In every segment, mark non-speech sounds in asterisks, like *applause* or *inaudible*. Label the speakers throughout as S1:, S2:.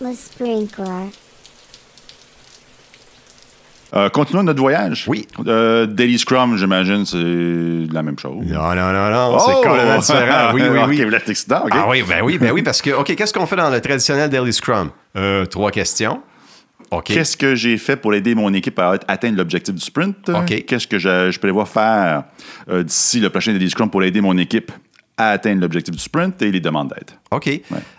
S1: the sprinkler.
S2: Euh, continuons notre voyage.
S3: Oui.
S2: Euh, Daily Scrum, j'imagine, c'est la même chose.
S3: Non, non, non, non, c'est complètement différent. Oui,
S2: *laughs*
S3: oui, oui.
S2: OK, vous l'êtes excitant, Oh! OK.
S3: Ah oui, ben oui, ben oui, parce que, OK, qu'est-ce qu'on fait dans le traditionnel Daily Scrum? Euh, trois questions. OK.
S2: Qu'est-ce que j'ai fait pour aider mon équipe à at- atteindre l'objectif du sprint?
S3: OK.
S2: Qu'est-ce que je, je prévois faire euh, d'ici le prochain Daily Scrum pour aider mon équipe à atteindre l'objectif du sprint et les demandes d'aide?
S3: OK.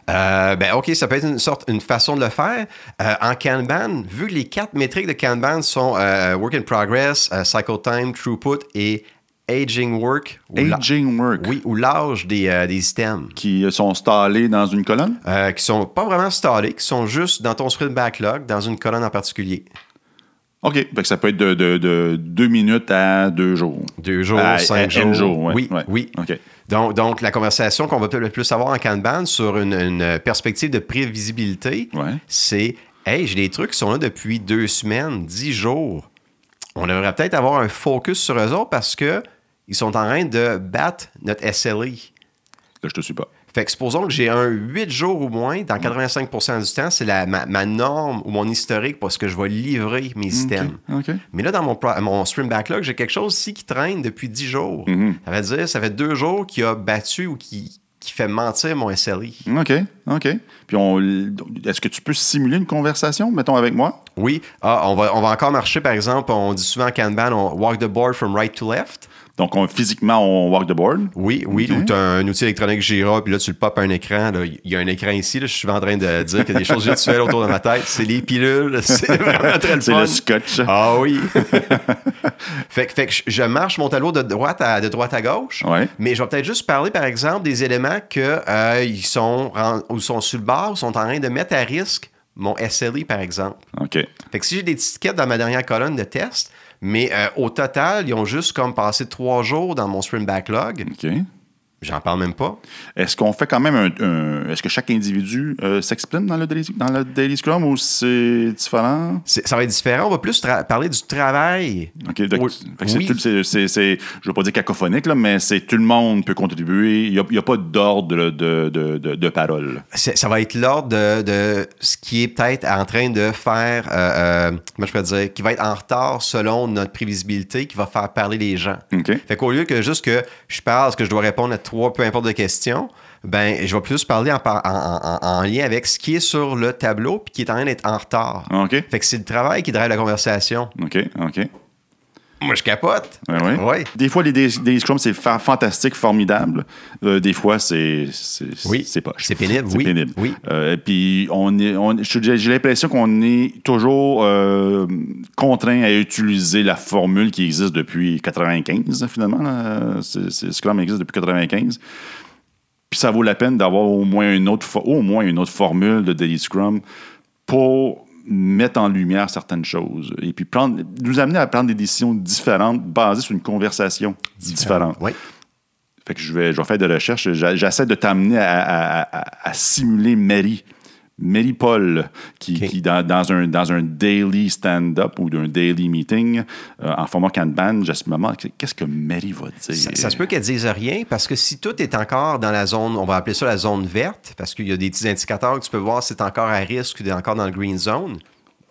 S3: Euh, ben, OK, ça peut être une sorte, une façon de le faire. Euh, en Kanban, vu que les quatre métriques de Kanban sont euh, Work in Progress, euh, Cycle Time, Throughput et Aging Work. ou la-
S2: Aging work.
S3: Oui, ou l'âge des, euh, des items.
S2: Qui sont stallés dans une colonne?
S3: euh, qui sont pas vraiment stallés, qui sont juste dans ton sprint backlog, dans une colonne en particulier.
S2: OK. Fait que ça peut être de, de- de deux minutes à deux jours.
S3: Deux jours,
S2: À- à-
S3: cinq
S2: N
S3: jours.
S2: ouais,
S3: oui,
S2: ouais.
S3: oui.
S2: OK.
S3: Donc, donc, la conversation qu'on va peut-être le plus avoir en Kanban sur une, une perspective de prévisibilité,
S2: Ouais.
S3: c'est Hey, j'ai des trucs qui sont là depuis deux semaines, dix jours. On devrait peut-être avoir un focus sur eux autres parce que ils sont en train de battre notre SLA.
S2: Là, je te suis pas.
S3: Fait que supposons que j'ai un 8 jours ou moins,
S2: Mm.
S3: dans 85 du temps, c'est la- ma, ma norme ou mon historique pour ce que je vais livrer mes systèmes.
S2: Mm, OK.
S3: Mais là, dans mon, pro- mon stream backlog, j'ai quelque chose ici qui traîne depuis 10 jours. Ça veut dire, ça fait deux jours qu'il a battu ou qui qui fait mentir mon SLI.
S2: OK. OK. Puis, on, est-ce que tu peux simuler une conversation, mettons, avec moi?
S3: Oui, ah, on, va, on va encore marcher, par exemple, on dit souvent en Kanban, on walk the board from right to left.
S2: Donc, on- physiquement, on walk the board.
S3: Oui, oui,
S2: Ok.
S3: ou tu as un outil électronique Jira, puis là, tu le popes à un écran. là. Il y a un écran ici, là, je suis souvent en train de dire qu'il y a des choses virtuelles autour de ma tête. C'est les pilules, *laughs* c'est vraiment très le
S2: C'est
S3: fun.
S2: le scotch.
S3: Ah
S2: *laughs*
S3: oui! fait, que- fait que je- je marche mon tableau de droite à, de droite à gauche,
S2: Ouais.
S3: mais je vais peut-être juste parler, par exemple, des éléments que euh, ils sont, en- ou sont sur le bord, sont en train de mettre à risque mon SLI, par exemple.
S2: OK.
S3: Fait que si j'ai des tickets dans ma dernière colonne de test, mais euh, au total, ils ont juste comme passé trois jours dans mon sprint backlog,
S2: OK.
S3: j'en parle même pas.
S2: Est-ce qu'on fait quand même un. un- Est-ce que chaque individu euh, s'exprime dans le, daily, dans le Daily Scrum ou c'est différent?
S3: C'est- Ça va être différent. On va plus tra- parler du travail.
S2: OK. donc,
S3: Oui.
S2: fait que c'est
S3: Oui.
S2: tout- c'est- c'est- c'est- je ne veux pas dire cacophonique, là, mais c'est tout le monde peut contribuer. Il n'y a, il y a pas d'ordre de, de, de- de parole.
S3: C'est- Ça va être l'ordre de, de ce qui est peut-être en train de faire, euh, euh, comment je peux dire, qui va être en retard selon notre prévisibilité, qui va faire parler les gens.
S2: OK.
S3: Fait qu'au lieu que juste que je parle, ce que je dois répondre à trois, peu importe de questions, ben, je vais plus parler en, par- en- en- en- en lien avec ce qui est sur le tableau puis qui est en train d'être en retard.
S2: OK.
S3: Fait que c'est le travail qui drive la conversation.
S2: OK. OK.
S3: Moi, je capote.
S2: Ah Ouais, ouais.
S3: Ah Ouais.
S2: Des fois, les Daily Daily Scrum, c'est fa- fantastique, formidable. Euh, des fois, c'est c'est
S3: Oui.
S2: c'est poche.
S3: C'est pénible, oui.
S2: pénible.
S3: Oui.
S2: Euh, et puis, on est, on, je te dis, j'ai l'impression qu'on est toujours euh, contraint à utiliser la formule qui existe depuis 95, finalement. là. C'est- c'est- Scrum existe depuis 95. Puis ça vaut la peine d'avoir au moins une autre fo- au moins une autre formule de Daily Scrum pour mettre en lumière certaines choses et puis prendre, nous amener à prendre des décisions différentes basées sur une conversation différente.
S3: Oui.
S2: Fait que je vais, je vais faire des recherches. J'a- J'essaie de t'amener à, à- à- à- à simuler Mary. Mary Paul, qui,
S3: Ok.
S2: qui dans, dans un, dans un daily stand-up ou d'un daily meeting euh, en format Kanban, j'ai ce moment, qu'est-ce que Mary va dire?
S3: Ça, ça se peut qu'elle dise rien parce que si tout est encore dans la zone, on va appeler ça la zone verte, parce qu'il y a des petits indicateurs que tu peux voir si c'est encore à risque ou t'es encore dans le green zone.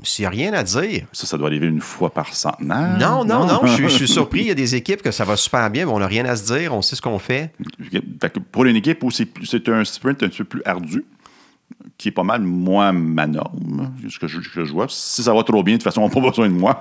S3: S'il n'y a rien à dire.
S2: Ça, ça doit arriver une fois par centenaire.
S3: Non, non, non, je, suis- je suis surpris. Il y a des équipes que ça va super bien, mais on n'a rien à se dire, on sait ce qu'on fait.
S2: *laughs* Ok. Fait que pour E une équipe où c'est plus- c'est un sprint un petit peu plus ardu, qui est pas mal moins ma norme, ce que je, que je vois. Si ça va trop bien, de toute façon, on n'a pas *laughs* besoin de moi.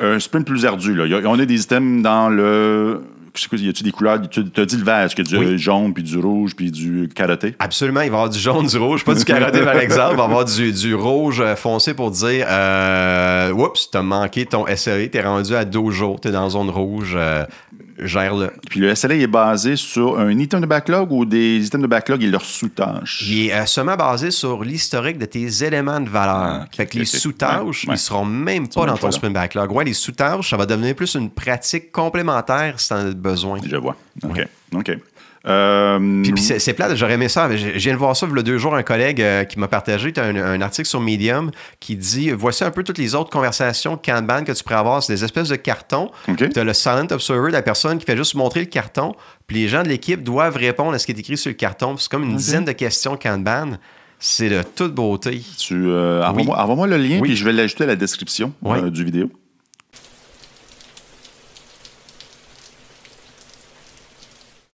S2: un sprint plus ardu, là. Il y a- on a des items dans le. qu'est-ce que- Y a-tu des couleurs? Tu as dit le vert, est-ce que du
S3: Oui.
S2: euh, jaune, puis du rouge, puis du carotté?
S3: Absolument, il va y avoir du jaune, du rouge, pas du karaté par exemple, il va y avoir du, du rouge euh, foncé pour dire euh, Oups, t'as manqué ton SLA, t'es rendu à deux jours, t'es dans zone rouge, euh, gère-le.
S2: Puis le SLA est basé sur un item de backlog ou des items de backlog et leurs sous-tâches?
S3: Il est euh, seulement basé sur l'historique de tes éléments de valeur.
S2: Ah, ok,
S3: fait que
S2: ok,
S3: les
S2: ok.
S3: sous-tâches,
S2: Ouais, ouais.
S3: ils seront même pas
S2: même
S3: dans
S2: pas
S3: ton
S2: là.
S3: sprint backlog. Ouais, les sous-tâches, ça va devenir plus une pratique complémentaire si t'en as besoin.
S2: Je vois. OK.
S3: Ouais.
S2: OK. Euh,
S3: Puis, puis c'est, c'est plate, j'aurais aimé ça. mais Je je viens de voir ça il y a deux jours, un collègue euh, qui m'a partagé t'as un, un article sur Medium qui dit Voici un peu toutes les autres conversations Kanban que tu pourrais avoir. C'est des espèces de cartons.
S2: OK.
S3: Tu as le silent observer, la personne qui fait juste montrer le carton. Puis les gens de l'équipe doivent répondre à ce qui est écrit sur le carton. Puis c'est comme une dizaine de questions Kanban. C'est de toute beauté.
S2: Tu, euh,
S3: Oui.
S2: envoie-moi, envoie-moi le lien,
S3: Oui.
S2: euh, puis je vais l'ajouter à la description
S3: Oui.
S2: euh, du vidéo.